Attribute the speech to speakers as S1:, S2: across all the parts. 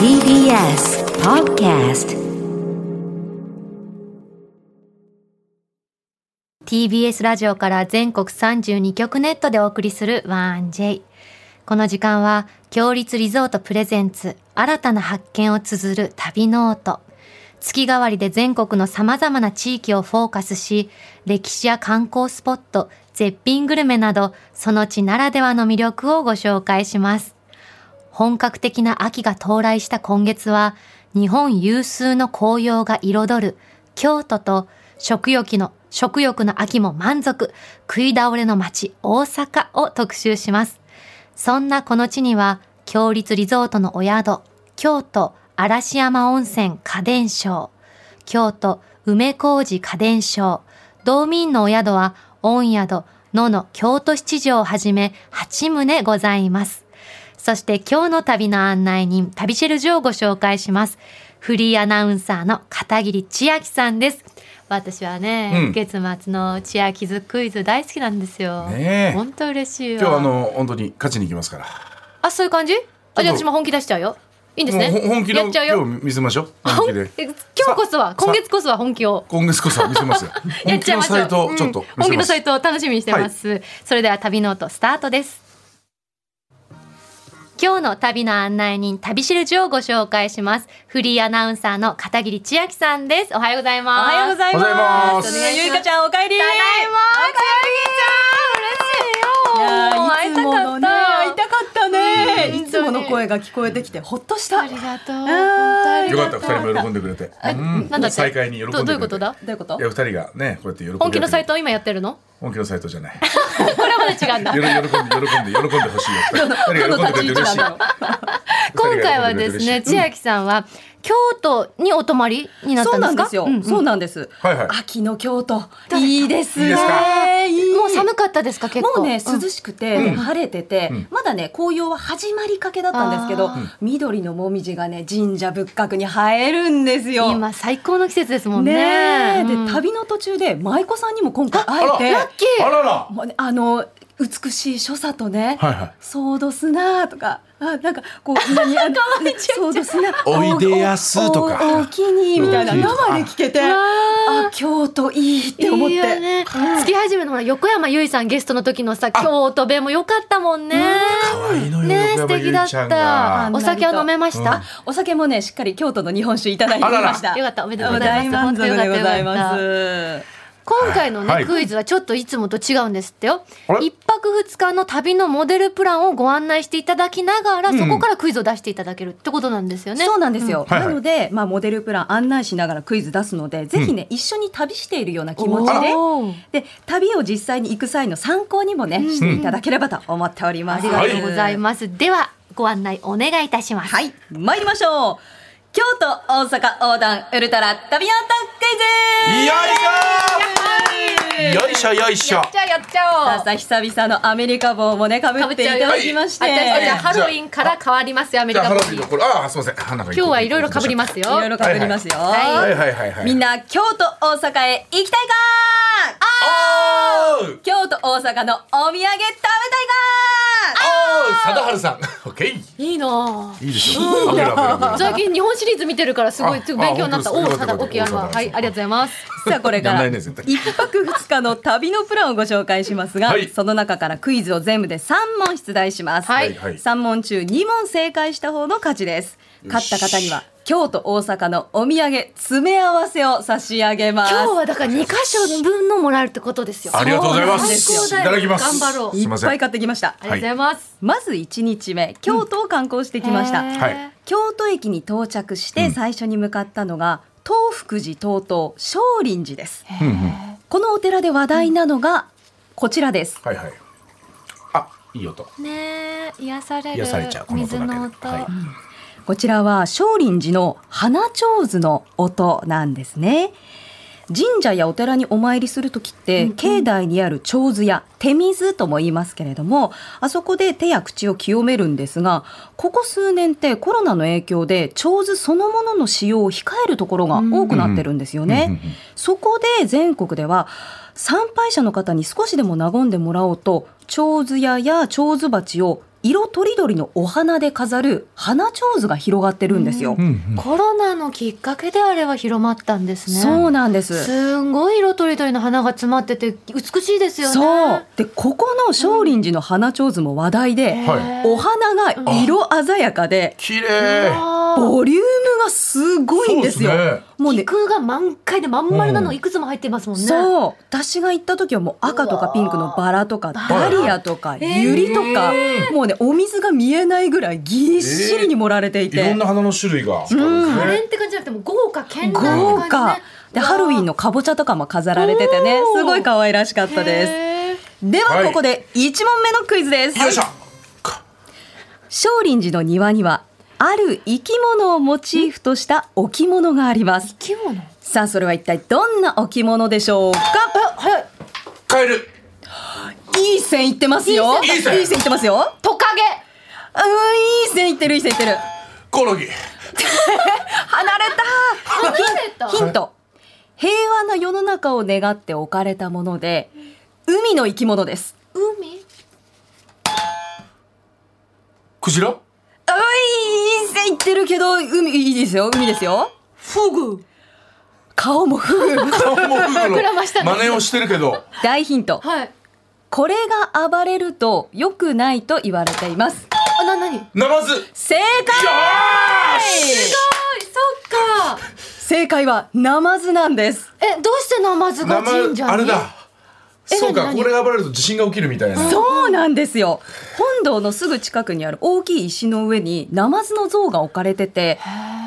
S1: TBS Podcast
S2: TBS ラジオから全国32局ネットでお送りする 1J。この時間は、強立リゾートプレゼンツ、新たな発見を綴る旅ノート。月替わりで全国の様々な地域をフォーカスし、歴史や観光スポット、絶品グルメなど、その地ならではの魅力をご紹介します。本格的な秋が到来した今月は、日本有数の紅葉が彩る京都と食欲の、食欲の秋も満足、食い倒れの街大阪を特集します。そんなこの地には、強立リゾートのお宿、京都嵐山温泉家電商、京都梅小路家電商、道民のお宿は、御宿、野の京都七条をはじめ8棟ございます。そして今日の旅の案内人、旅シェルジュをご紹介します。フリーアナウンサーの片桐千秋さんです。私はね、
S3: うん
S2: 月末の千秋ズクイズ大好きなんですよ。
S3: ねえ
S2: 本当嬉しいわ。
S3: 今日はあの本当に勝ちに行きますから。
S2: あ、そういう感じあ、じゃあ
S3: ちょっ
S2: 私
S3: と
S2: も本気出しちゃうよ。いいんですね。
S3: もうほ本気の
S2: やっちゃうよ。
S3: 今日見せましょう。
S2: 本
S3: 本気で。
S2: え今日こそは、
S3: さ
S2: 今月こそは本気を。。
S3: 今月こそは見せますよ
S2: やっ
S3: 本
S2: ち
S3: 気
S2: ゃい
S3: の
S2: まし
S3: サイト
S2: ょう。
S3: をちょっと
S2: うん
S3: 見せます。
S2: 本気のサイトを楽しみにしてます。それでは旅ノートスタートです。今日の旅の案内人、旅しるじをご紹介します。フリーアナウンサーの片桐千秋さんです。おはようござい
S4: お
S2: ます。
S4: はようござい
S3: おはよう
S4: ま
S3: ご
S4: す。
S2: ざいます
S4: ゆいかちゃんお帰
S2: ただい
S4: り。
S2: ま。かりちゃん、嬉しい
S4: いやー
S2: よ。もう会いたかった。
S4: いつものね会いたかったね。
S2: うん
S4: いつもの声が聞こえてきてほっとした。
S2: あ
S4: ど
S2: りがとう。
S4: あー
S3: よかった二人も喜んでくれて。うん
S2: なんだって
S3: 再会に喜んでく
S2: ど
S3: れて。
S2: どういうことだ
S4: ういうこと
S3: いや？ 二人がねこうやって喜んで。
S2: 本気のサイ。トを今やってるの
S3: 本気のサイトじゃない。
S2: これはまだ違うんだ
S3: 喜んで喜んで喜んでほしいよ。二人二人
S4: ど
S3: が
S4: の
S3: 喜んでくれて
S4: 立ち位
S3: 嬉
S4: 置な
S3: しい。
S4: の？
S2: 今回はですね、千秋さんは京都にお泊まりになっ
S4: そ
S2: た
S4: うん
S2: で
S4: な
S2: す
S4: ん
S2: か
S4: ですよ。そうなんです。
S3: はいはい
S4: 秋の京都いいですね。
S3: いいです
S2: か
S4: いい
S2: もう寒かったですか結
S4: も
S2: 構
S4: うね涼
S2: し
S4: しくて、で晴れてて、
S3: ん
S4: まだね紅葉は始まりかけだったんですけ
S2: あ
S4: ど
S2: ー、
S4: 緑のもみじがね神社仏閣に映えるんですよ。
S2: 今最高の季節ですもん
S4: ね
S2: ね
S4: えで、
S2: うん
S4: 旅の途中で舞妓さんにも今回会えて
S3: あらあらら。
S4: もうねあの美しい所作とね、
S3: はいはい
S4: ソードスナーとか、あなんか こう、何あのソードスナー、
S3: おいでやすとか
S4: おおおおきにみたいな、
S3: おおきにとか
S4: 生で聞けて、
S2: わ
S4: あ京都いいって思っ
S2: い
S4: て、
S2: いよね月始めのほら横山由依さんゲストの時のさ京都弁も良かったもんね
S3: 可愛いのよ
S2: ねえ素
S3: 横山
S2: 敵
S3: 由
S2: だっ
S3: 依ちゃん
S2: た
S3: が
S4: あ。
S2: お酒は飲めました
S4: お酒もねしっかり京都の日本酒いただいてきまし
S2: あら
S4: た。
S2: らよかったおめでとうございます
S4: 大満足でござい
S2: 本当よかっ
S4: ま
S2: た
S4: す。
S2: 今回のね、
S3: はい
S2: クイズはちょっといつもと違うんですってよ
S3: あれ
S2: 一泊二日の旅のモデルプランをご案内していただきながら、そこからクイズを出していただけるってことなんですよね
S4: そうなんですよ、
S3: うんはいはい
S4: なので、まあ、モデルプラン案内しながらクイズ出すので、ぜひね、一緒に旅しているような気持ちで
S2: おー
S4: で旅を実際に行く際の参考にもね、していただければと思っており
S2: あ
S4: ます。
S2: りがとうござい
S4: ま
S2: ます、ではご案内お願いいたします
S4: はい、参りましょう。京都大阪横断ウルトラ旅アン
S3: よ
S4: タ
S3: い
S4: クイズ。
S3: しょよいしょよいしょ。
S2: ゃあやっちゃ
S4: さあ久々のアメリカ帽もねかぶっていただきまして、
S2: 私たちはハ
S3: じゃあ
S2: ロウィンから変わりますよアメ
S3: じ
S2: リ
S3: ゃあ
S2: カ
S3: ハ
S2: も
S3: ロウィンの
S2: 今
S3: これああすみません花が
S2: 日はいろいろ被りますよ
S4: いろいろかぶりますよ。
S2: はい
S3: はいはいはいはい。
S4: みんな京都大阪へ行きたいか
S3: おー
S4: 京都大阪のお土産食べたいか
S3: おー貞治さん。 オッケー。
S2: いいの
S3: いいでしょ。危ない危ない危ない
S2: 最近日本シリーズ見てるからすごい
S3: あ
S2: ちょっと勉強になった
S3: あ
S2: 大
S3: 本当です
S2: 阪
S3: か
S2: オッケーあるわ
S3: 大阪
S2: はいありがとうございます
S4: さあこれか
S3: やん
S4: ら
S3: ない
S4: 一
S3: ね絶対
S4: 泊二日の旅のプランをご紹介しますが、
S3: はい
S4: その中からクイズを全部で3問出題します、
S2: は
S3: はいいはい。
S4: 3問中2問正解した方の勝ちです勝った方には京都大阪のお土産詰め合わせを差し上げま
S2: 今
S4: す
S2: 日はだから2箇所分のもらえるってことですよ
S3: ありがとうございます。
S2: そうなん
S3: い
S2: ですよ
S3: ただきます。
S2: 頑張ろう
S3: す
S4: い
S3: いま
S4: っ
S3: せん。
S4: ぱい
S3: は
S4: 買ってきました
S2: ありがとうございます、
S4: まず1日目京都を観光してきました、
S2: へー
S3: はい
S4: 京都駅に到着して最初に向かったのが、東福寺東東少林寺です
S2: へー
S4: このお寺で話題なのがこちらです、
S3: いはい。あ、いい音。
S2: ねえ癒される
S3: 癒されちゃうこの音
S2: 水
S3: だけで
S2: の音、
S3: はい
S4: こちらは少林寺の花手水の音なんですね神社やお寺にお参りする時って、
S2: うんうん
S4: 境内にある手水や手水とも言いますけれどもあそこで手や口を清めるんですがここ数年ってコロナの影響で手水そのものの使用を控えるところが多くなってるんですよね、
S3: うんうんうん
S4: そこで全国では参拝者の方に少しでも和んでもらおうと、蝶子屋や蝶子鉢を色とりどりのお花で飾る花ちょうずが広がってるんですよ。
S3: うんうん
S2: コロナのきっかけであれは広まったんですね。。
S4: そうなんですす。
S2: んごい色とりどりの花が詰まってて美しいですよね。
S4: そう。で、ここの少林寺の花ちょうずも話題で、
S3: はい
S4: お花が色鮮やかで、
S3: 綺麗。
S2: お
S4: ボリュームがすごいんですよ。
S3: そうですね
S4: もうね、
S2: 菊が満開でまん丸なの
S3: うん
S2: いくつも入ってますもんね。
S4: そう私が行った時はもう赤とかピンクのバラとか
S2: うわ
S4: ダリアとか
S2: えー
S4: ユリとか、もうねお水が見えないぐらいぎっしりに盛られてい
S3: い
S4: て、
S3: ろんな花の種類が。
S4: うん
S2: 可憐って感じじゃなくてもう豪華絢爛って感じね。
S4: 豪華、でハロウィンのかぼちゃとかも飾られててね
S2: おー
S4: すごい可愛らしかったです
S2: です。
S4: では
S3: はい
S4: ここで1問目のクイズです、
S3: よいしょ。
S4: 少林寺の庭にはある生き物をモチーフとした置物があります
S2: 生き物。
S4: さあそれは一体どんな置物でしょうか
S2: あはい。
S3: カエル。
S4: いい線いってますよ
S3: いい線
S4: いい線いってますよ
S2: トカゲ。
S4: うん、いい線いってる、いい線いってる。
S3: コオロギ。
S4: 離れ
S2: 離れた
S4: た。。ヒント。平和な世の中を願って置かれたもので、海の生き物です。
S2: 海。
S3: クジラ。
S4: うん、いい線いってるけど、海、いいですよ、海ですよ。フグ。顔もフグ。
S3: 顔もフグ
S2: 膨ら
S3: の
S2: ましたね
S3: 真似をしてるけど。
S4: 大ヒント。
S2: はい。
S4: これが暴れると良くないと言われています。
S2: あな何。
S3: ナマズ。よ
S4: 正解
S3: ー
S2: す
S3: し。
S2: ごい。そっか。
S4: 正解はナマズなんです。
S2: えどうしてナマズが
S3: 名
S2: 神社
S3: 前
S2: に。
S3: あれだ。
S2: え
S3: そうか、
S2: 何
S3: これが暴れると地震が起きるみたいな。
S4: そうなんですよ本堂のすぐ近くにある大きい石の上にナマズの像が置かれてて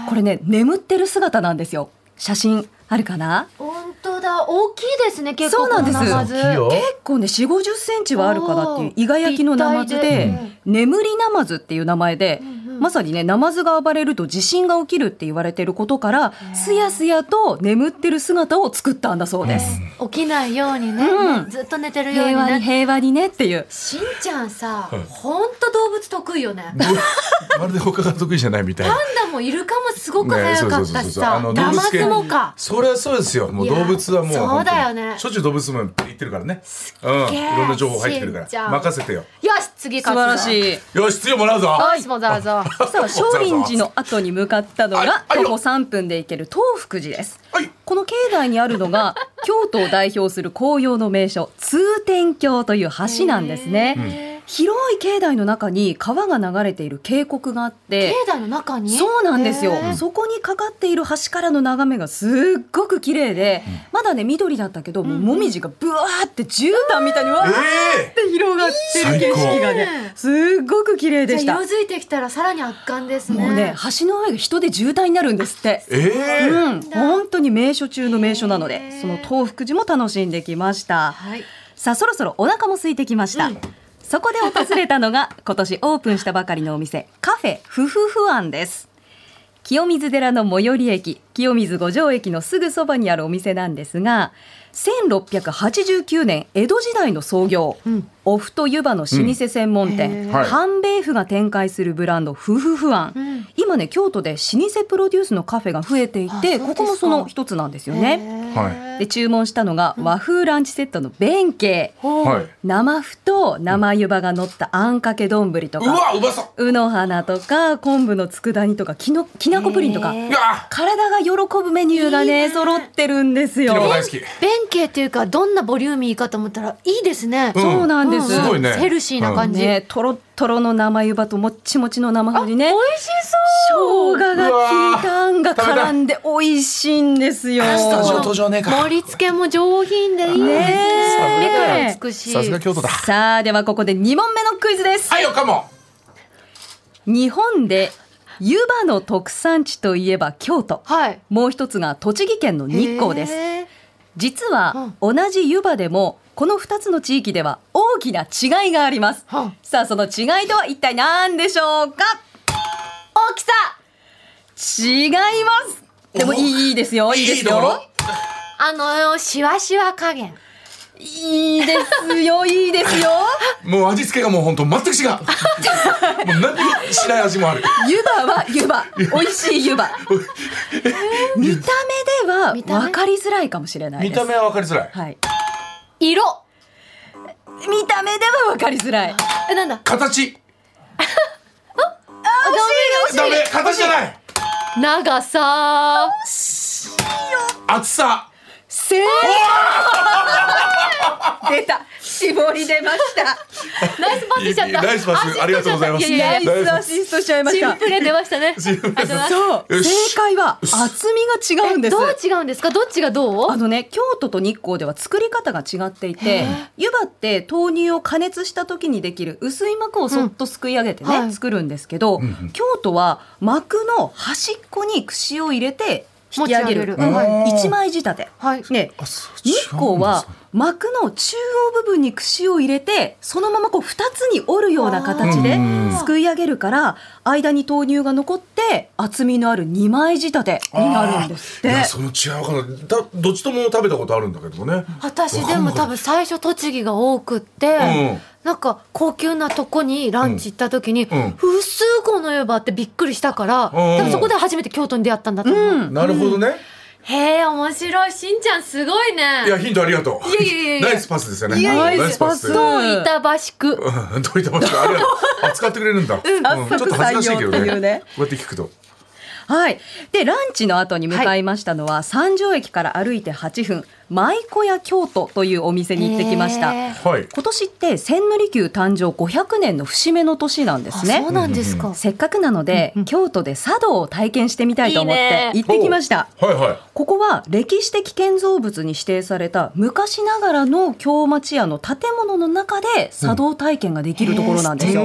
S4: これね眠ってる姿なんですよ写真あるかな
S2: 本当だ大きいですね結構
S4: そうなんです
S2: このナマズ
S3: 大きいよ
S4: 結構ね4 5 0センチはあるかなってい
S2: お
S4: う
S2: ー
S4: イガ焼きのナマズ
S2: 立体
S4: で
S2: で
S4: 眠りナマズっていう名前で、
S2: うんうん
S4: まさにねナマズが暴れると地震が起きるって言われてることからすやすやと眠ってる姿を作ったんだそうです、
S2: 起きないようにね、
S4: うん
S2: ずっと寝てるように
S4: 平和に
S2: ね
S4: 平和にねっていう
S2: しんちゃんさ
S3: はい
S2: 本当動物得意よねパン
S3: まるで他が得意じゃないみたいな。
S2: ダもイルカもすごく
S3: ね
S2: 早かっ
S3: そうそう
S2: た
S3: そう
S2: し
S3: そうあ
S2: さ
S3: の
S2: ナマズもか
S3: そりゃそうですよ。もう
S2: いや
S3: 動物はもう
S2: そう
S3: 本当に
S2: だよね
S3: しょっちゅう動物も行ってるからね。うん。
S2: げえ
S3: いろんな情報入ってくるか
S2: しんちゃ
S3: ら
S2: ん
S3: 任せてよ。
S2: よし次
S4: 素
S2: 勝つ
S4: 晴らしい
S3: よし、次もらうぞ。
S2: よしもざわざわ
S4: さあ少林寺の後に向かったのが
S3: ああいい
S4: 徒
S3: よ
S4: 歩3分で行ける東福寺です
S3: はい。
S4: この境内にある のが京都を代表する紅葉の名所通天橋という橋なんですね広い境内の中に川が流れている渓谷があって
S2: 境内の中に
S4: そうなんですよ
S2: へー
S4: そこにかかっている橋からの眺めがすっごく綺麗でまだね緑だったけどもうもみじがブワーって絨毯みたいにわーっ
S3: ええ
S4: て広がってる景色がねすっごく綺麗でし
S2: じゃ
S4: た
S2: あ色づいてきたらさらに圧巻ですね
S4: もうね、橋の上が人で渋滞になるんですって。
S3: ええ
S4: うん、本当に名所中の名所なので、その東福寺も楽しんできました。
S2: はい
S4: さあ、そろそろお腹も空いてきました。そこで訪れたのが、 今年オープンしたばかりのお店、カフェふふふ庵です。清水寺の最寄り駅、清水五条駅のすぐそばにあるお店なんですが、1689年江戸時代の創業、
S2: ん
S4: お麩と湯葉の老舗専門店、
S2: うんへ
S3: ー
S4: 半米麩が展開するブランドふふふ庵、
S2: うん
S4: 今ね京都で老舗プロデュースのカフェが増えてい
S2: あそうで
S4: て
S2: すか
S4: ここもその一つなんですよね。
S3: は
S4: で注文したのが和風ランチセットの弁慶、
S3: はい。
S4: 生麩と生湯葉が乗ったあんかけ丼と
S3: う
S4: か
S3: わ、うまそう
S4: うの花とか昆布の佃煮とかきのきなこプリンとか、
S2: へ。ー
S3: うわ、
S4: 体が喜ぶメニューがね
S2: いいね
S4: 揃ってるんですよ
S3: キノ。コ大好き。
S2: 弁慶っていうかどんなボリューミーかと思ったらいいですね、
S3: うん
S4: そうなんです。
S3: すごいね
S2: ヘルシーな感じ、
S4: ね、とろっとろの生湯葉ともっちもちの生麩にね
S2: 美味しそう
S4: 生姜が効いたあんが絡んで美味しいんですよ。
S3: スタジオ登場ねえか。
S2: 盛り付けも上品でいいですね
S4: ねえ
S2: 目から美しい
S3: さすが京都だ。
S4: さあではここで2問目のクイズです。
S3: はいよ、かも。
S4: 日本で湯葉の特産地といえば京都。
S2: はい
S4: もう一つが栃木県の日光です。
S2: へえ
S4: 実は同じ湯葉でもこの2つの地域では大きな違いがあります。
S2: はん
S4: さあその違いとは一体何でしょうか
S2: 大きさ
S4: 違いますでもいいいいですよいいです
S3: いいとこ
S4: よ
S3: ろ
S2: あのシワシワ加減
S4: いいですよいいですよ
S3: もう味付けがもう本当全く 違う。もう何にしない味もある。
S4: 湯葉は湯葉美味しい 湯葉見た目
S2: 見
S4: で
S2: た
S4: は
S2: 目
S4: 分かりづらいかもしれない
S3: 見
S4: です
S3: た目はわかりづらい。
S4: はい、
S2: 色
S4: 見た目では分かりづらい
S2: えなんだ
S3: 形。ダメ形じゃない
S2: 長さ
S3: 厚さ
S4: せー 出た絞り出ました
S2: ナイスパスしちゃった
S3: ナイスパスありがとうございます
S2: いや
S4: ナ
S2: い
S4: イ
S2: や
S4: スアシストしちゃいまし
S2: チー
S4: た
S2: ムプレー出ましたね
S3: チームプレ
S2: あとは
S4: そう
S3: よし
S4: 正解は厚みが違うんです
S2: どう違うんですかどっちがどう
S4: あのね京都と日光では作り方が違っていて湯葉って豆乳を加熱した時にできる薄い膜をそっとすくい上げてね、
S2: うんはい
S4: 作るんですけど、
S3: んうん
S4: 京都は膜の端っこに串を入れて引き上げ
S2: 持ち上げる
S4: るうん
S3: はい
S4: 一枚仕立て。
S2: はい
S4: ね
S3: あそう
S4: 日
S3: 違うん
S4: 光
S3: です
S4: は
S3: ね
S4: 膜の中央部分に串を入れてそのままこう2つに折るような形
S3: あ
S4: で
S3: ー
S4: すくい上げるから間に豆乳が残って厚みのある2枚仕立てになるんです
S3: あー
S4: っ
S3: い
S4: て
S3: やその違うかなだどっちとも食べたことあるんだけどもね
S2: 私でも多分最初栃木が多くって、
S3: うん
S2: なんか高級なとこにランチ行った時に、
S3: うん
S2: 薄いこの湯葉ってびっくりしたから、
S3: うん
S2: 多分そこで初めて京都に出会ったんだと思う、
S4: うん
S3: なるほどね
S2: へえ面白いしんちゃんすごいね
S3: いやヒントありがとう
S2: いやいやいやいや
S3: ナイスパスですよね
S2: いやいやいや
S3: ナイスパス
S4: ナイスパス
S2: 板橋区
S3: うんどういった場所あれ扱ってくれるんだ、うんちょっと恥ずかしいけど
S4: 早速採用っていうね
S3: ねこうやって聞くと
S4: はい。で、ランチの後に向かいましたのは、三条駅から歩いて8分、舞妓屋京都というお店に行ってきました。
S2: へえ
S3: はい
S4: 今年って千利休誕生500年の節目の年なんで
S2: あ
S4: すね
S2: そう。なんですか、
S4: せっかくなので、京都で茶道を体験してみたいと思っ
S2: いいね
S4: て行ってきました。
S3: はいはい
S4: ここは歴史的建造物に指定された昔ながらの京町屋の建物の中で茶道体験ができるところなんですよ。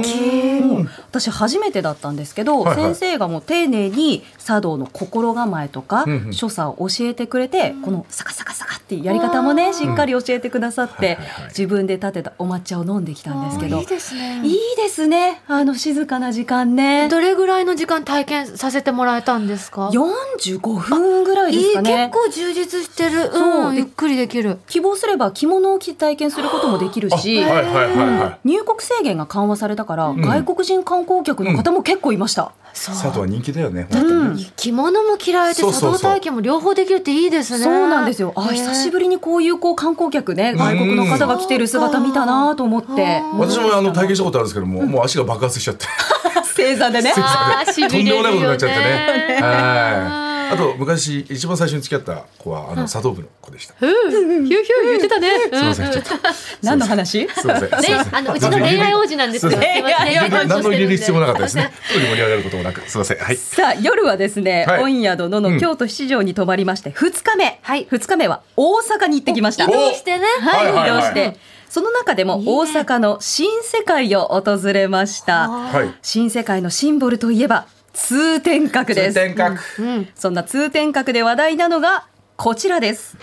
S4: もう私初めてだったんですけど、
S3: はいはい
S4: 先生がもう丁寧に茶道の心構えとか、
S3: うんうん
S4: 所作を教えてくれて、このサカサカサカっていうやり方もねしっかり教えてくださって、
S3: はいはいはい
S4: 自分で立てたお抹茶を飲んできたんですけど
S2: いい。ですね
S4: いいですね。あの静かな時間ね。
S2: どれぐらいの時間体験させてもらえたんですか
S4: 45分ぐらいで
S2: い
S4: す
S2: い
S4: かね。
S2: 結構充実してる
S4: そう
S2: うんゆっくりできる
S4: 希望すれば着物を着て体験することもできる
S3: あ
S4: し、
S3: はいはいはいは
S4: 入国制限が緩和されたから、
S3: ん
S4: 外国人観光客の方も結構いました。
S2: そ
S3: い佐藤は人気だよね
S4: うん
S2: 着物も着られて
S3: そう
S2: 茶
S3: そうそう
S2: 道体験も両方できるっていいですね
S4: そうなんですよ。あ、
S2: ね
S4: 久しぶりにこういうこう観光客ね、外国の方が来てる姿見たなと思って。
S2: うん
S3: 私もあの体 験したことあるんですけども、もう足が爆発しちゃって
S4: 正座でね。
S2: あーし
S3: と
S2: び
S3: んで
S2: れ
S3: もない
S2: る
S3: ことにな
S2: よ
S3: っちゃってね
S2: ね
S3: はいあと昔一番最初に付き合った子はあの佐藤部の子でした、
S2: うんヒューヒュー言ってたね
S3: すいませんちょっと
S4: 何の話
S3: すいませんすいま
S2: ね
S3: せん
S2: あのうちの恋愛王子なんですけど
S3: すい
S2: すいません恋愛
S3: 何
S2: 談笑し
S3: の
S2: て
S3: 入れ
S2: るん
S3: る
S2: で
S3: 必要もなかったで すね特に盛り上がることもなくすいませんはい
S4: さあ夜はですね、
S3: はい
S4: 本宿のの京都七条に泊まりまして2日目、
S2: はい
S4: 2日目は大阪に行ってきました
S2: 移動してね
S4: はい、
S3: はいはいはい
S4: 移動して、その中でも大阪の新世界を訪れました。
S3: はい
S4: 新世界のシンボルといえば通天閣で
S3: 通
S4: す。
S3: 天閣
S2: うん
S4: そんな通天閣で話題なのがこちらです。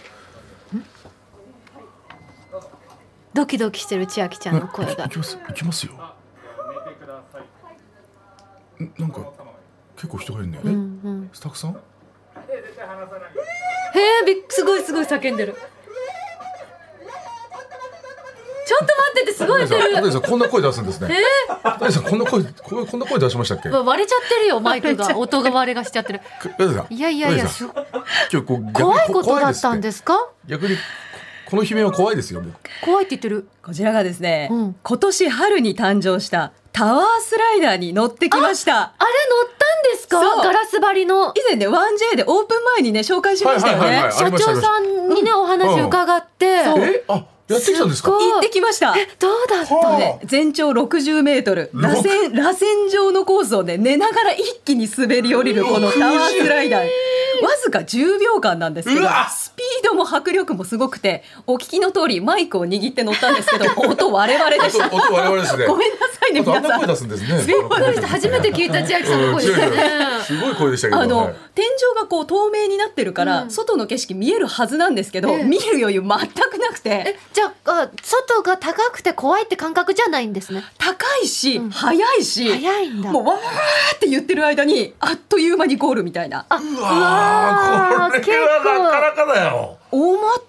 S2: ドキドキしてる千秋ちゃんの声が
S3: 行きます行きますよんなんか結構人がいるね、
S2: うんうん
S3: スタッフさん
S2: へえびっすごいすごい叫んでるちょっと待っててすごい
S3: さ
S2: 出
S3: ん
S2: る
S3: 小谷さんこんな声出すんですね小谷さんこんな声こうこんな声出しましたっけ
S2: うわ割れちゃってるよマイクが音が割れがしちゃってる
S3: 小谷さん
S2: いやいやいや
S3: 小
S2: す
S3: 谷さん今日こう逆に
S2: 怖いことだったんですすか
S3: って逆にここの悲鳴は怖いですよ僕
S2: 怖いって言ってる
S4: こちらがですね、
S2: うん
S4: 今年春に誕生したタワースライダーに乗ってきました。
S2: あれ乗ったんです
S4: そ
S2: か
S4: う
S2: ガラス張りの
S4: 以前ね 1J でオープン前にね紹介しましたよね。
S3: はいはいはいは
S2: 社
S3: い
S2: 長さんにねお話伺って
S4: うんそう
S3: えあやってきたんですか
S2: すっごい
S4: 行ってきました。
S2: どうだっ
S3: は
S2: た
S3: あ
S4: ね全長60メートル螺旋螺旋状のコースをね寝ながら一気に滑り降りるこのタワースライダーわずか10秒間なんですけど
S3: うわ
S4: スピードも迫力もすごくてお聞きの通りマイクを握って乗ったんで すけど音我々でした
S3: 音音我々ですね
S4: ごめんなさいね
S3: あとあ
S4: 皆
S3: んな声出
S4: さん
S3: すんですね
S4: すごいです
S2: 初めて聞いた千秋さんの声で
S3: う
S2: す
S3: ん違う
S2: ね
S3: 違うすごい声でしたけど
S4: あの、
S3: はい
S4: 天井がこう透明になってるから、外の景色見えるはずなんですけど、
S2: ええ
S4: 見る余裕全くなくて
S2: えじゃああ外が高くて怖いって感覚じゃないんですね
S4: 高いし、速いし
S2: 早いんだ
S4: もうわーって言ってる間にあっという間にゴールみたいな
S3: うわ
S2: うわ
S3: ー
S2: ー
S3: これはなかなかだよ
S4: 思った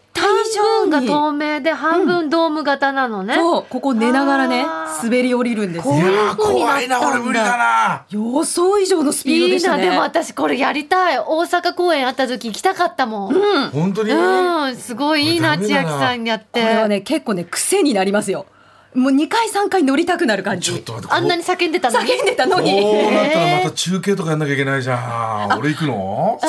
S2: 半
S4: 以上
S2: 分
S4: に
S2: が透明で半分ドーム型なのね、
S4: そうここ寝ながらね
S2: あー
S4: 滑り降りるんです
S3: い
S4: よ
S3: や
S2: いう
S3: ー
S2: 風になっ
S3: 怖
S2: た
S3: い
S2: んだ
S3: な俺無理だな
S4: 予想以上のスピード
S2: い
S4: で
S2: い
S4: した
S2: な
S4: ね
S2: でも私これやりたい大阪公演あった時行きたかったもん、うん
S3: 本当に
S2: すごいいいな
S3: これダメ
S2: 千
S3: だ
S2: 秋
S3: な
S2: さんやって
S4: これはね結構ね癖になりますよもう2回3回乗りたくなる感じ
S3: ちょっと待って
S2: あんなに叫んでたの
S4: 叫ん
S2: に。
S4: でたの
S3: こう
S4: に
S3: こうなったらまた中継とかやんなきゃいけないじゃん。俺行くの？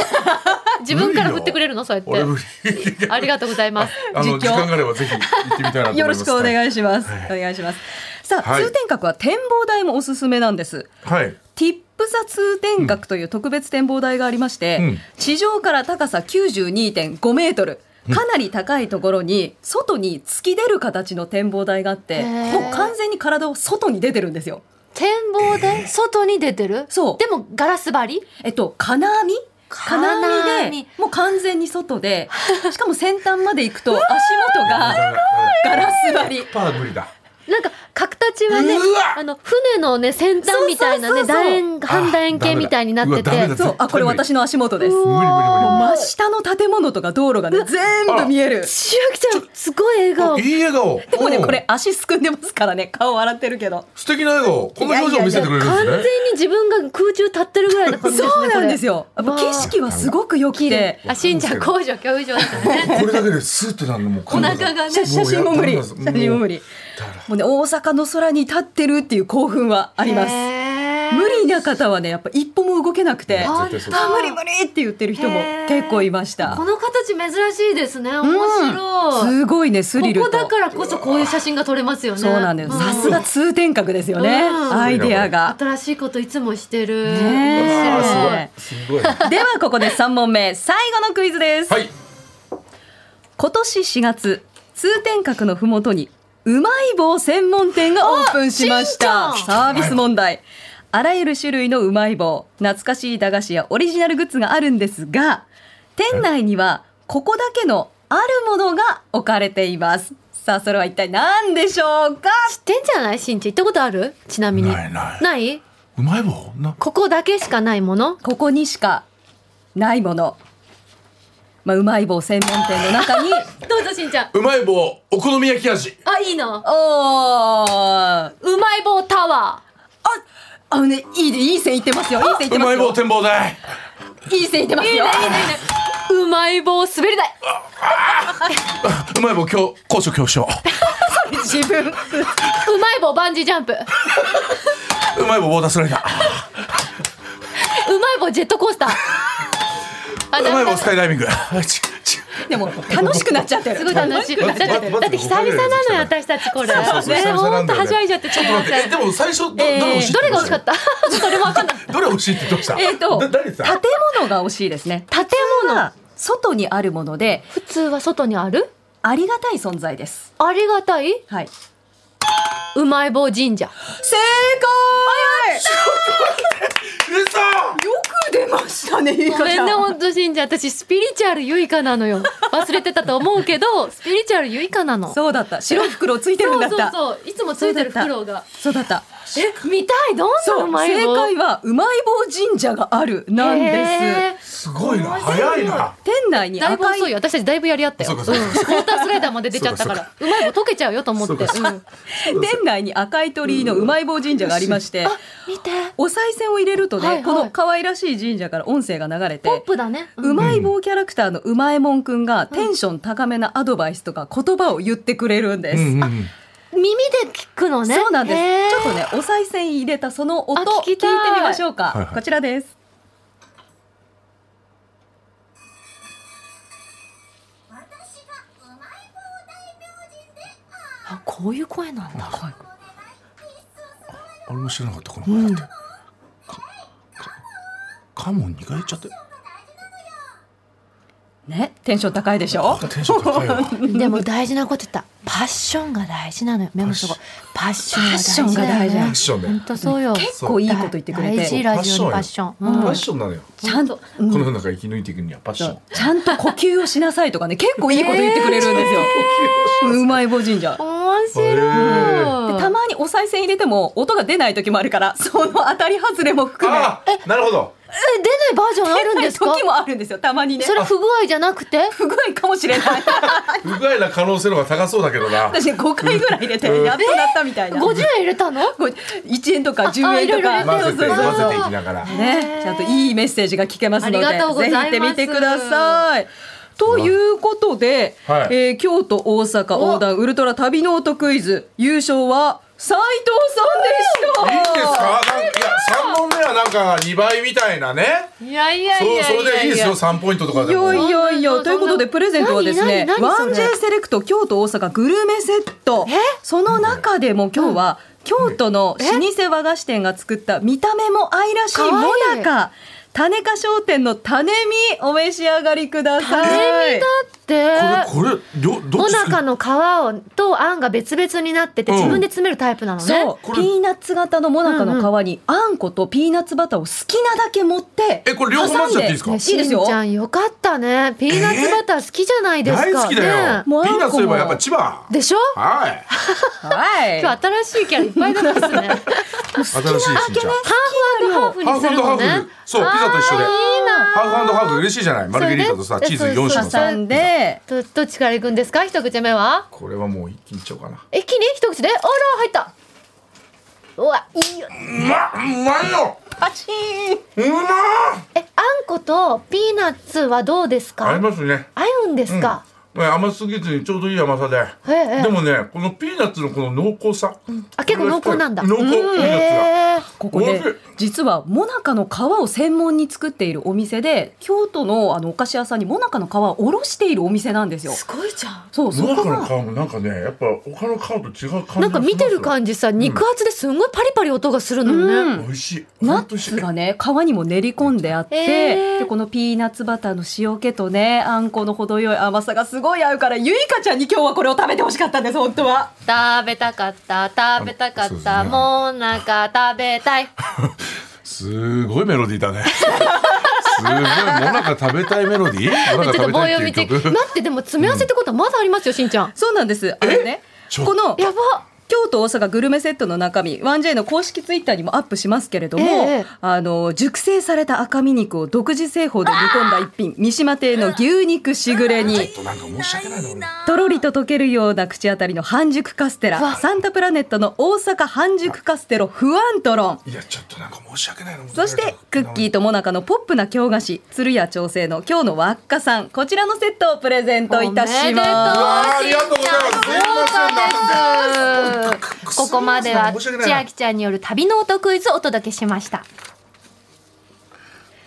S2: 自分から振ってくれるのそうや
S3: 俺無
S2: っ
S3: 理。
S2: て。 ありがとうございます。
S3: あの
S4: 実況
S3: 時間があればぜひ行ってみたいなと思います。
S4: よろしくお
S3: い。
S4: 願いします。お願いします。さあ、
S3: はい
S4: 通天閣は展望台もおすすめなんです。
S3: はい。
S4: ティップザ通天閣という特別展望台がありまして、
S3: うん
S4: 地上から高さ92.5メートル。かなり高いところに外に突き出る形の展望台があって
S2: へー
S4: もう完全に体を外に出てるんですよ。
S2: 展望で外に出てる
S4: そう
S2: でもガラス張り
S4: えっと金網金網
S2: 金
S4: で
S2: 網
S4: もう完全に 外でしかも先端まで行くと足元
S3: ダメ
S4: が
S3: ダメ
S4: ガラス張り。
S3: パー無理だ。
S2: なんか角立ちはね
S3: うわ
S2: あの船のね先端みたいな
S4: そう
S2: ね
S4: そう
S2: 楕
S4: そうそう
S2: 円半楕円形みたいになって
S3: あダメだう
S2: て
S3: わダメだ
S4: そうあこれ私の足元です。
S3: 無理無理
S4: もう
S3: 無
S4: 真下の建物とか道路がね全部見える
S2: 千秋ちゃんすごい笑顔
S3: 理。いい笑顔。
S4: でもね
S3: うん
S4: これ。足すくんでますからね顔洗ってるけど
S3: 素敵な笑顔。こんな表情見せてくれるん
S2: 完全
S3: ですね。
S2: に自分が空中立ってるぐらいの感じですね
S4: そうなんです
S2: よ
S4: よやっぱ景色はすごく良くて
S2: あしんちゃん工場教場ですね
S3: これだけでスーってなるのもう
S2: お
S3: 感動だ。
S2: 腹がね
S4: 写写真も無理
S3: も
S4: 写
S3: うやったんだ
S4: 真も無理もうね大阪の空に立ってるっていう興奮はあります
S2: へー
S4: 無理な方はねやっぱ一歩も動けなくて
S2: あ
S4: あ
S3: 絶対そう
S2: あ
S4: 無理無理って言ってる人も結構いました
S2: この形珍しいですね面白い、
S4: すごいねスリル
S2: ことこだからこそこういう写真が撮れますよね
S4: そうなんですさすが通天閣ですよね
S2: うん
S4: アイデアが
S2: 新しいこといつもしてる。
S4: ねえ
S2: 面白い
S3: あーすごい。すごい。は
S4: ではここで3問目最後のクイズです、
S3: い。
S4: 今年4月通天閣のふもとにうまい棒専門店がオープンしました
S2: あしんち
S4: サービス問題あらゆる種類のうまい棒懐かしい駄菓子やオリジナルグッズがあるんですが店内にはここだけのあるものが置かれていますさあそれは一体何でしょうか
S2: 知ってんじゃないしんちゃん行ったことあるちなみに。
S3: ないない
S2: ない
S3: うんうまい棒な。
S2: ここだけしかないもの
S4: ここにしかないもの、まあ、うまい棒専門店の 中に
S2: どうぞしんちゃん。
S3: うまい棒お好み焼き味。
S2: あ、いいの。
S4: おー
S2: うまい棒タワ
S4: あのね、いいで、いい線いってますよ。いい線いっ
S3: う
S4: てま
S3: ますい棒
S4: よ。
S3: 展望台。
S4: いい線いってま
S2: ー。
S4: す
S2: いいね、いい
S4: よ。
S2: ね、いいね。うまい棒滑り台。
S3: うまい棒今日高所恐怖症。
S4: 自分。
S2: うまい棒バンジージャンプ。う
S3: うまい棒ボーダースライダー。
S2: まい棒ジェットコースター。あ
S3: うまい棒
S2: だ
S3: スカイダイビング。
S4: でも、楽しくなっちゃってる。
S2: すごい楽しい。だ
S3: 待
S2: っ、
S3: っ
S2: だ
S3: てて待
S2: っ
S3: って待っ
S2: て
S3: て
S2: 久々なのよ、私たちこれ。ね、
S3: そうそう久々な
S2: ほん
S3: ん
S2: と
S3: だよ
S2: は
S3: ね
S2: しゃいじゃって、ちょっと待って。
S3: でも最初どどれ欲しい
S2: どれが惜しかった それもわかんない。
S3: た？どれ欲しいって言ってました？
S4: えっ、と、
S3: だ
S4: 建
S3: 誰さ？
S4: 物が惜しいですね。
S2: 建物
S4: が外にあるもので、
S2: 普通は外にある
S4: ありがたい存在です。
S2: ありがたい
S4: はい。
S2: うまい棒神社。
S4: 正解。よく出ましたね。ゆい
S2: ご
S4: か
S2: め
S4: ち
S2: ん
S4: ゃ
S2: ね、ほ
S4: ん。
S2: んとしんちゃん。私、スピリチュアルゆいかなのよ。忘れてたと思うけど、スピリチュアルゆいかなの。
S4: そうだった。白い袋ついてるんだった。
S2: そうそうそういつもついてるフクロウが。
S4: そうだった。
S2: え、見たいどん
S4: そ
S2: な
S4: う
S2: うまい
S4: 正
S2: 棒
S4: 解はうまい棒神社があるなんです。
S2: す。
S3: すごいな早いな。
S4: 店内に
S2: だいぶ
S4: 赤い
S2: 遅いよ。私たちだいぶやり合ったよ。
S3: そううん
S2: ウ
S3: か
S2: ォ
S3: そうか
S2: ータースライダーまで出ちゃったから。うまい棒溶けちゃうよと思って。
S3: そうかそうか
S2: うん
S4: 店内に赤い鳥居のうまい棒神社がありまして、
S2: 見て。
S4: お賽銭を入れるとね、
S2: はいはい
S4: この可愛らしい神社から音声が流れ
S2: ポッ
S4: て、
S2: プだね。
S4: うまい棒キャラクターのうまえもんくんがテンション高めなアドバイスとか言葉を言ってくれるんで
S3: う
S4: す。
S3: んうんうん。
S2: 耳で聞くのね。
S4: そうなんです。
S2: へー
S4: ちょっとね、お賽銭入れたその音
S2: あ聞
S4: 聞
S2: き
S4: いて
S2: たい
S4: みましょうか。
S3: はいはい
S4: こちらです。
S2: あこういう声なんだ。
S3: 俺も知らなかったこの声だって。かかカモン苦いっちゃって。
S4: ね、テンション高いでしょ
S3: テンション高いわ。
S2: でも大事なこと言った。パッションが大事なのよ。メモしとこう。パッションが大事だよ
S4: パ
S2: ね
S4: ッ。
S3: ションが大事
S2: 本当そうよ。
S4: 結構いいこと言ってくれ
S2: 大事
S4: て。
S2: ラジオのパッション。
S3: パ
S2: う
S3: ッ
S2: ん
S3: ションなのよ。
S4: ちゃんと、う
S3: こ
S4: ん
S3: の世の中生き抜いていくにはパッション。
S4: ちゃんと呼吸をしなさいとかね、結構いいこと言ってくれる んですよ。うまい棒神社。
S2: 面
S3: へ
S2: 白い。
S4: でたまにお賽銭入れても音が出ない時もあるからその当たり外れも含め
S3: ああなるほど。
S2: え出ないバージョンあるんですか
S4: 出ない時？もあるんですよたまにね
S2: それ不具合じゃなくて？
S4: 不具合かもしれない
S3: 不具合な可能性の方が高そうだけどな。
S4: 私ね5回ぐらい入れてやっとなったみたいな
S2: 五十円入れたの？
S4: こう1円とか10
S2: あ
S4: 円とか
S2: いろいろ
S4: そ
S3: 混
S4: う
S3: ぜ
S4: そ
S3: て
S4: うそう
S3: 混ぜていきながら。
S4: ねちゃんといいメッセージが聞けますので
S2: ありがとうございます
S4: ぜひ行ってみてくださいということで、
S3: はい
S4: えー京都大阪横断ウルトラ旅ノートクイズ優勝は斉藤さんでした
S3: いいんですかなんかいや3問目はなんか2倍みたいなね
S5: いやいやい
S3: そう
S5: や
S3: それでいいですよ
S5: や
S3: 3ポイントとか
S4: い
S3: でも
S4: やいやい
S5: そん
S4: や
S5: な
S4: ということでプレゼントはですね
S2: 何何何
S4: 1J
S2: それ
S4: セレクト京都大阪グルメセットその中でも今日は京都の老舗和菓子店が作った見た目も愛らしい
S2: かわいい
S4: もなか種花商店の種見お召し上がりください
S2: で
S3: これこれ両ど
S2: も
S3: っち
S2: なかの皮をとあんが別々になってて
S3: うん
S2: 自分で詰めるタイプなのね、
S4: そう
S3: これ
S4: ピーナッツ型のもなかの皮にあんことピーナッツバターを好きなだけ持って
S3: えこれ両方混ぜちゃっていいですか
S4: 挟んいいです
S2: しん
S4: よ
S2: ちゃんよかったねピーナッツバター好きじゃないですか、
S3: 大好きだよ
S2: ね
S3: ピ
S4: もうあんこも
S3: ーナッツといえばやっぱ千葉
S2: でしょ
S3: はい
S4: はい
S2: 今日新しいキャラいっぱい出てます ね
S3: 新しいしんちゃん
S2: ハーフハーフにするのね
S3: ハーフそうピザと一緒でハーフハーフ嬉しいじゃないマルゲリータとさ
S2: それで
S3: チーズ4種
S2: そ
S3: の
S2: うそう
S4: 挟
S3: さ
S4: んで
S2: どどっちから行くんですか一口目は
S3: これはもう一気にいっちゃおうかな
S2: 一気に一口であら入ったうわいいよ
S3: うまっうまいよ
S4: パチーン
S3: うまっ
S2: えあんことピーナッツはどうです
S3: 合い
S2: か
S3: ますね
S2: 合うんですか、
S3: ね甘すぎずにちょうどいい甘さで、
S2: ええ
S3: でもねこのピーナッツのこの濃厚さ、
S2: あ結構濃厚なんだ
S3: 濃厚ピーナッツが、
S2: へー
S4: ここ
S3: 美
S4: で
S3: 味しい
S4: 実はもなかの皮を専門に作っているお店で京都のあのお菓子屋さんにもなかの皮をおろしているお店なんですよ。
S5: すごいじゃん
S4: そうそ
S3: もな
S4: こ
S3: かの
S4: が
S3: 皮もなんかねやっぱ他の皮と違う感じ
S2: なんか見てる
S3: じ
S2: 感じさ肉厚ですんごいパリパリ音がするの
S4: う
S2: ね、
S4: ん
S3: 美味しい
S4: ナ
S3: 本当
S4: ッ
S3: 美味し
S4: ツ
S3: い
S4: がね皮にも練り込んであって、
S2: えー
S4: でこのピーナッツバターの塩気とねあんこの程よい甘さがすごい合うからゆいかちゃんに今日はこれを食べてほしかったんです本当は。
S2: 食べたかった食べたかっ
S3: そうです
S2: た、
S3: ね
S2: もうなんか食べたい
S3: すごいメロディーだねすごいもなか食べたいメロディーもなか
S2: ちょっ
S3: 食
S2: と
S3: べ
S2: 棒
S3: たい
S2: 読み
S3: ってい
S2: 中
S3: う曲
S2: 待ってでも詰め合わせってことはまだありますよしんちゃん
S4: そうなんですあれね
S3: ちょ
S4: この
S2: やば
S4: 京都大阪グルメセットの中身 1J の公式ツイッターにもアップしますけれども、
S2: ええ
S4: あの熟成された赤身肉を独自製法で煮込んだ一品三島亭の牛肉しぐれに
S3: なんか申し訳ないな俺
S4: とろりと溶けるような口当たりの半熟カステラサンタプラネットの大阪半熟カステロフワントロン
S3: いやちょっとなんか申し訳ないな
S4: そしてクッキーともなかのポップな京菓子鶴屋調整の今日の輪っかさんこちらのセットをプレゼントいた
S2: おめで
S4: し
S2: とう
S3: う
S4: ます
S3: わーありがとうございますすいませんなんか
S2: ここまでは
S3: 申し訳ない
S2: 千
S3: な
S2: 秋ちゃんによる旅の音クイズをお届けしました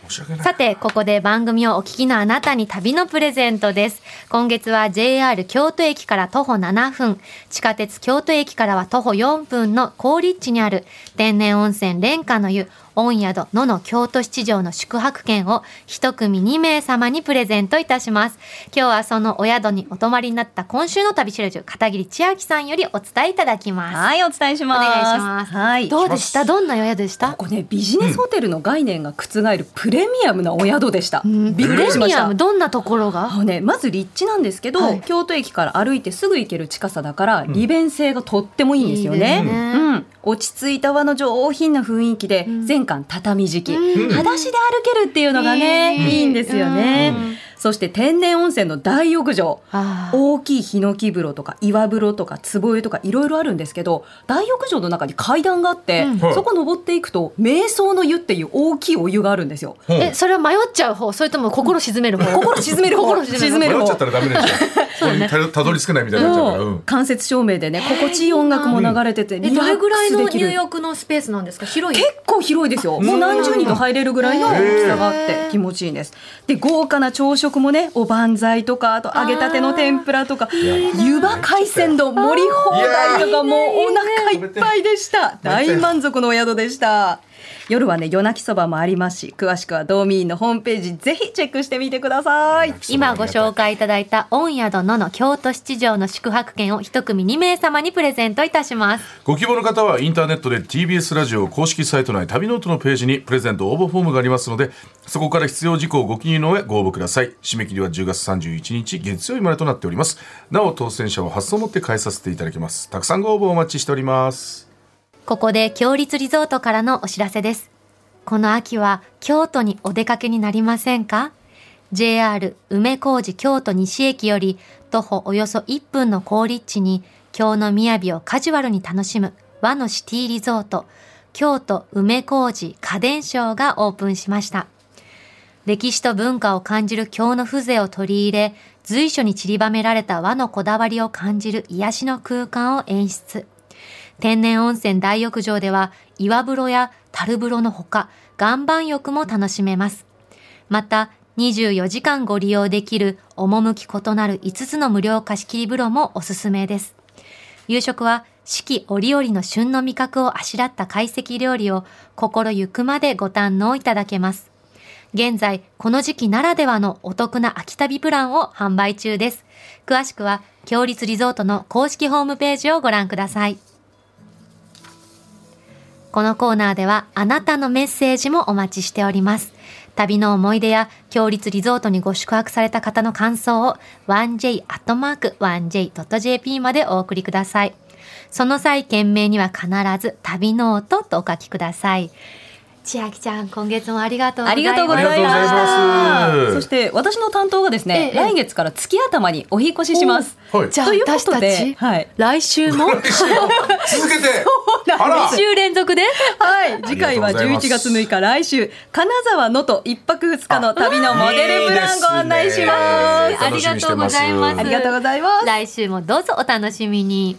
S3: 申し訳ない
S2: さて、ここで番組をお聞きのあなたに旅のプレゼントです。今月は JR 京都駅から徒歩7分、地下鉄京都駅からは徒歩4分の高立地にある天然温泉蓮華の湯、温宿野の京都七条の宿泊券を一組2名様にプレゼントいたします。今日はそのお宿にお泊まりになった今週の旅シェルジュ、片桐千秋さんよりお伝えいただきます。
S4: はいお伝えし
S2: お
S4: ます
S2: 願いします。
S4: はい
S2: どうでしたどんなお宿でした
S4: ここねビジネスホテルの概念が覆るプレミアムなお宿でした、
S2: うん
S4: びっ
S2: プ
S4: く
S2: レ
S4: りしまし
S2: ミア
S4: た
S2: ム、どんなところが
S4: あのね、まず立地なんですけど、
S2: はい
S4: 京都駅から歩いてすぐ行ける近さだから、利便性がとってもいいんですよね
S2: いいですね
S4: うん、落ち着いた和の上品な雰囲気で、全館畳敷き、
S2: うん
S4: 裸足で歩けるっていうのがね、
S2: うん
S4: いいんですよね、
S2: うん
S4: そして天然温泉の大浴場
S2: あー
S4: 大きいヒノキ風呂とか岩風呂とか壺湯とかいろいろあるんですけど大浴場の中に階段があって、
S2: うん
S3: はい
S4: そこ登っていくと瞑想の湯っていう大きいお湯がある んですよ。
S3: うん
S2: え、それは迷っちゃう方、それとも心沈める方。
S4: 心沈める方
S2: 心沈める方
S4: 沈める
S3: 迷っ
S4: 方
S3: ちゃったらダメでしょそこにたどたどり着けないみたいになっちゃうから、う、
S4: もうん間接照明でね心地いい音楽も流れてて
S2: え、
S4: リ
S2: ど
S4: ラ
S2: れ
S4: ッ
S2: ぐ
S4: ク
S2: らい
S4: ス
S2: の
S4: でき
S2: 入
S4: る
S2: 浴のスペースなんですか広い
S4: 結構広いですよもう何十人と入れるぐらいの大きさがあっ
S2: へ
S4: て
S2: ー
S4: 気持ちいいんですで豪華な朝食もねおばんざいとかあと揚げたての天ぷらとか湯葉海鮮丼盛り放題とかもうお腹いっぱいでした大満足のお宿でした夜はね夜泣きそばもありますし詳しくはドーミーンのホームページぜひチェックしてみてください
S2: 今ご紹介いただいた御宿のの京都七条の宿泊券を一組2名様にプレゼントいたします。
S3: ご希望の方はインターネットで TBS ラジオ公式サイト内旅ノートのページにプレゼント応募フォームがありますのでそこから必要事項をご記入の上ご応募ください締め切りは10月31日月曜日までとなっておりますなお当選者を発送をもって返させていただきますたくさんご応募お待ちしております
S2: ここで強立リゾートからのお知らせです。この秋は京都にお出かけになりませんか ?JR 梅小路京都西駅より徒歩およそ1分の高立地に京の雅をカジュアルに楽しむ和のシティリゾート京都梅小路家電商がオープンしました。歴史と文化を感じる京の風情を取り入れ、随所に散りばめられた和のこだわりを感じる癒しの空間を演出。天然温泉大浴場では、岩風呂や樽風呂のほか、岩盤浴も楽しめます。また、24時間ご利用できる、趣異なる5つの無料貸し切り風呂もおすすめです。夕食は四季折々の旬の味覚をあしらった懐石料理を心ゆくまでご堪能いただけます。現在、この時期ならではのお得な秋旅プランを販売中です。詳しくは、強立リゾートの公式ホームページをご覧ください。このコーナーではあなたのメッセージもお待ちしております。旅の思い出や、強立リゾートにご宿泊された方の感想を 1j.1j.jp までお送りください。その際、件名には必ず旅ノートとお書きください。千秋ちゃん、今月もありがとうござ
S4: あ
S2: い
S4: り
S2: ま
S4: が
S2: す。
S4: とうございま
S3: ありがとうございます
S4: した。そして私の担当がですね、
S5: ええ
S4: 来月から月頭にお引越しします。
S3: はい。
S5: じゃあ
S4: ということ
S5: 私た
S4: で
S5: ち、
S4: はい
S5: 来週も
S3: 続けて。あら。
S2: 2週連続で
S4: はい、次回は
S3: ありがとうございます
S4: 11月6日来週金沢のと一泊二日の旅のモデルプランご案内します。
S3: いいですね
S2: ありがとうございます
S3: 楽しみにして
S4: ありがとうございます。
S2: 来週もどうぞお楽しみに。